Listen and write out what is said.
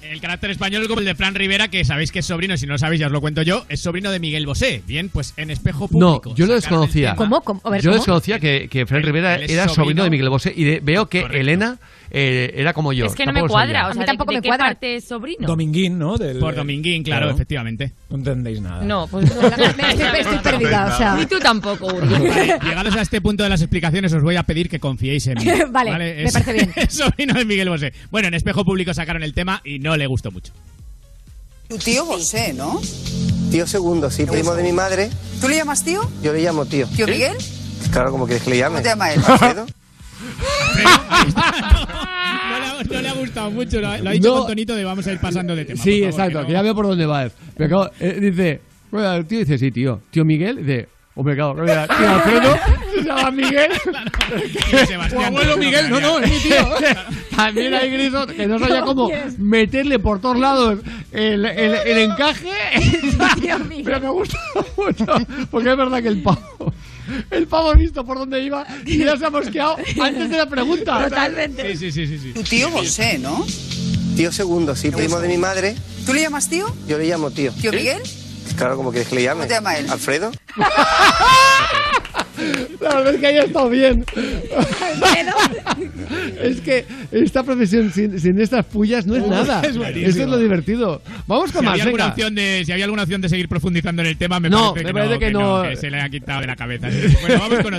El carácter español como el de Fran Rivera, que sabéis que es sobrino, si no lo sabéis ya os lo cuento yo, es sobrino de Miguel Bosé. Bien, pues en espejo No, público. yo lo sacaron el desconocía. tema- ¿Cómo? ¿Cómo? A ver, yo ¿cómo? desconocía que, que Fran Él- Rivera él es era sobrino sobrino de Miguel Bosé y de- veo que Correcto. Elena eh, era como yo. Es que no me tampoco lo cuadra, sabía. o A sea, mí ¿de- tampoco ¿de, me qué cuadra. parte es sobrino? Dominguín, ¿no? Del- Por Dominguín, claro, Claro. efectivamente. No entendéis nada. No, pues no. Me- me- estoy, estoy perdida, o sea. Ni tú tampoco, Uri. Llegados a este punto de las explicaciones, os voy a pedir que confiéis en mí. Vale, me Es- parece bien. es sobrino de Miguel Bosé. Bueno, en espejo público sacaron el tema y no le gustó mucho. Tu tío José, ¿no? Tío segundo, sí, primo de mi madre, ¿Tú le llamas tío? yo le llamo tío. ¿Eh? ¿Tío Miguel? Claro, como quieres que le llame. ¿Cómo te llama él? ¿Alfredo? No le ha, no le ha gustado mucho, lo ha, lo ha dicho No. con tonito de vamos a ir pasando de tema. Sí, por favor, exacto, no- que ya veo por dónde va. Me acabo- eh, dice, bueno, el tío dice, sí, tío. Tío Miguel, dice, hombre, claro, no, mira, tío Alfredo, se llama Miguel. Y Sebastián, no no, no, eh. es cambiaría. mi tío. También hay grisos que no sabía cómo meterle por todos lados el, el, el encaje. Tío Miguel. Pero me gusta mucho, porque es verdad que el pavo, el pavo ha visto por dónde iba y ya se ha mosqueado antes de la pregunta. Sí, sí, sí, sí, sí. Tu tío José, ¿no? Tío segundo, sí, primo de mi madre, ¿Tú le llamas tío? yo le llamo tío. ¿Tío Miguel? Claro, como quieres que le llame. ¿Cómo te llama él? ¿Alfredo? La verdad es que haya estado bien. es que esta profesión sin, sin estas pullas no es nada. es buenísimo. Esto es lo divertido. Vamos con Si más, había, alguna venga. opción de, si había alguna opción de seguir profundizando en el tema, me No, parece, me que, parece no, que que no, no. que se le ha quitado de la cabeza. Bueno, vamos con otro.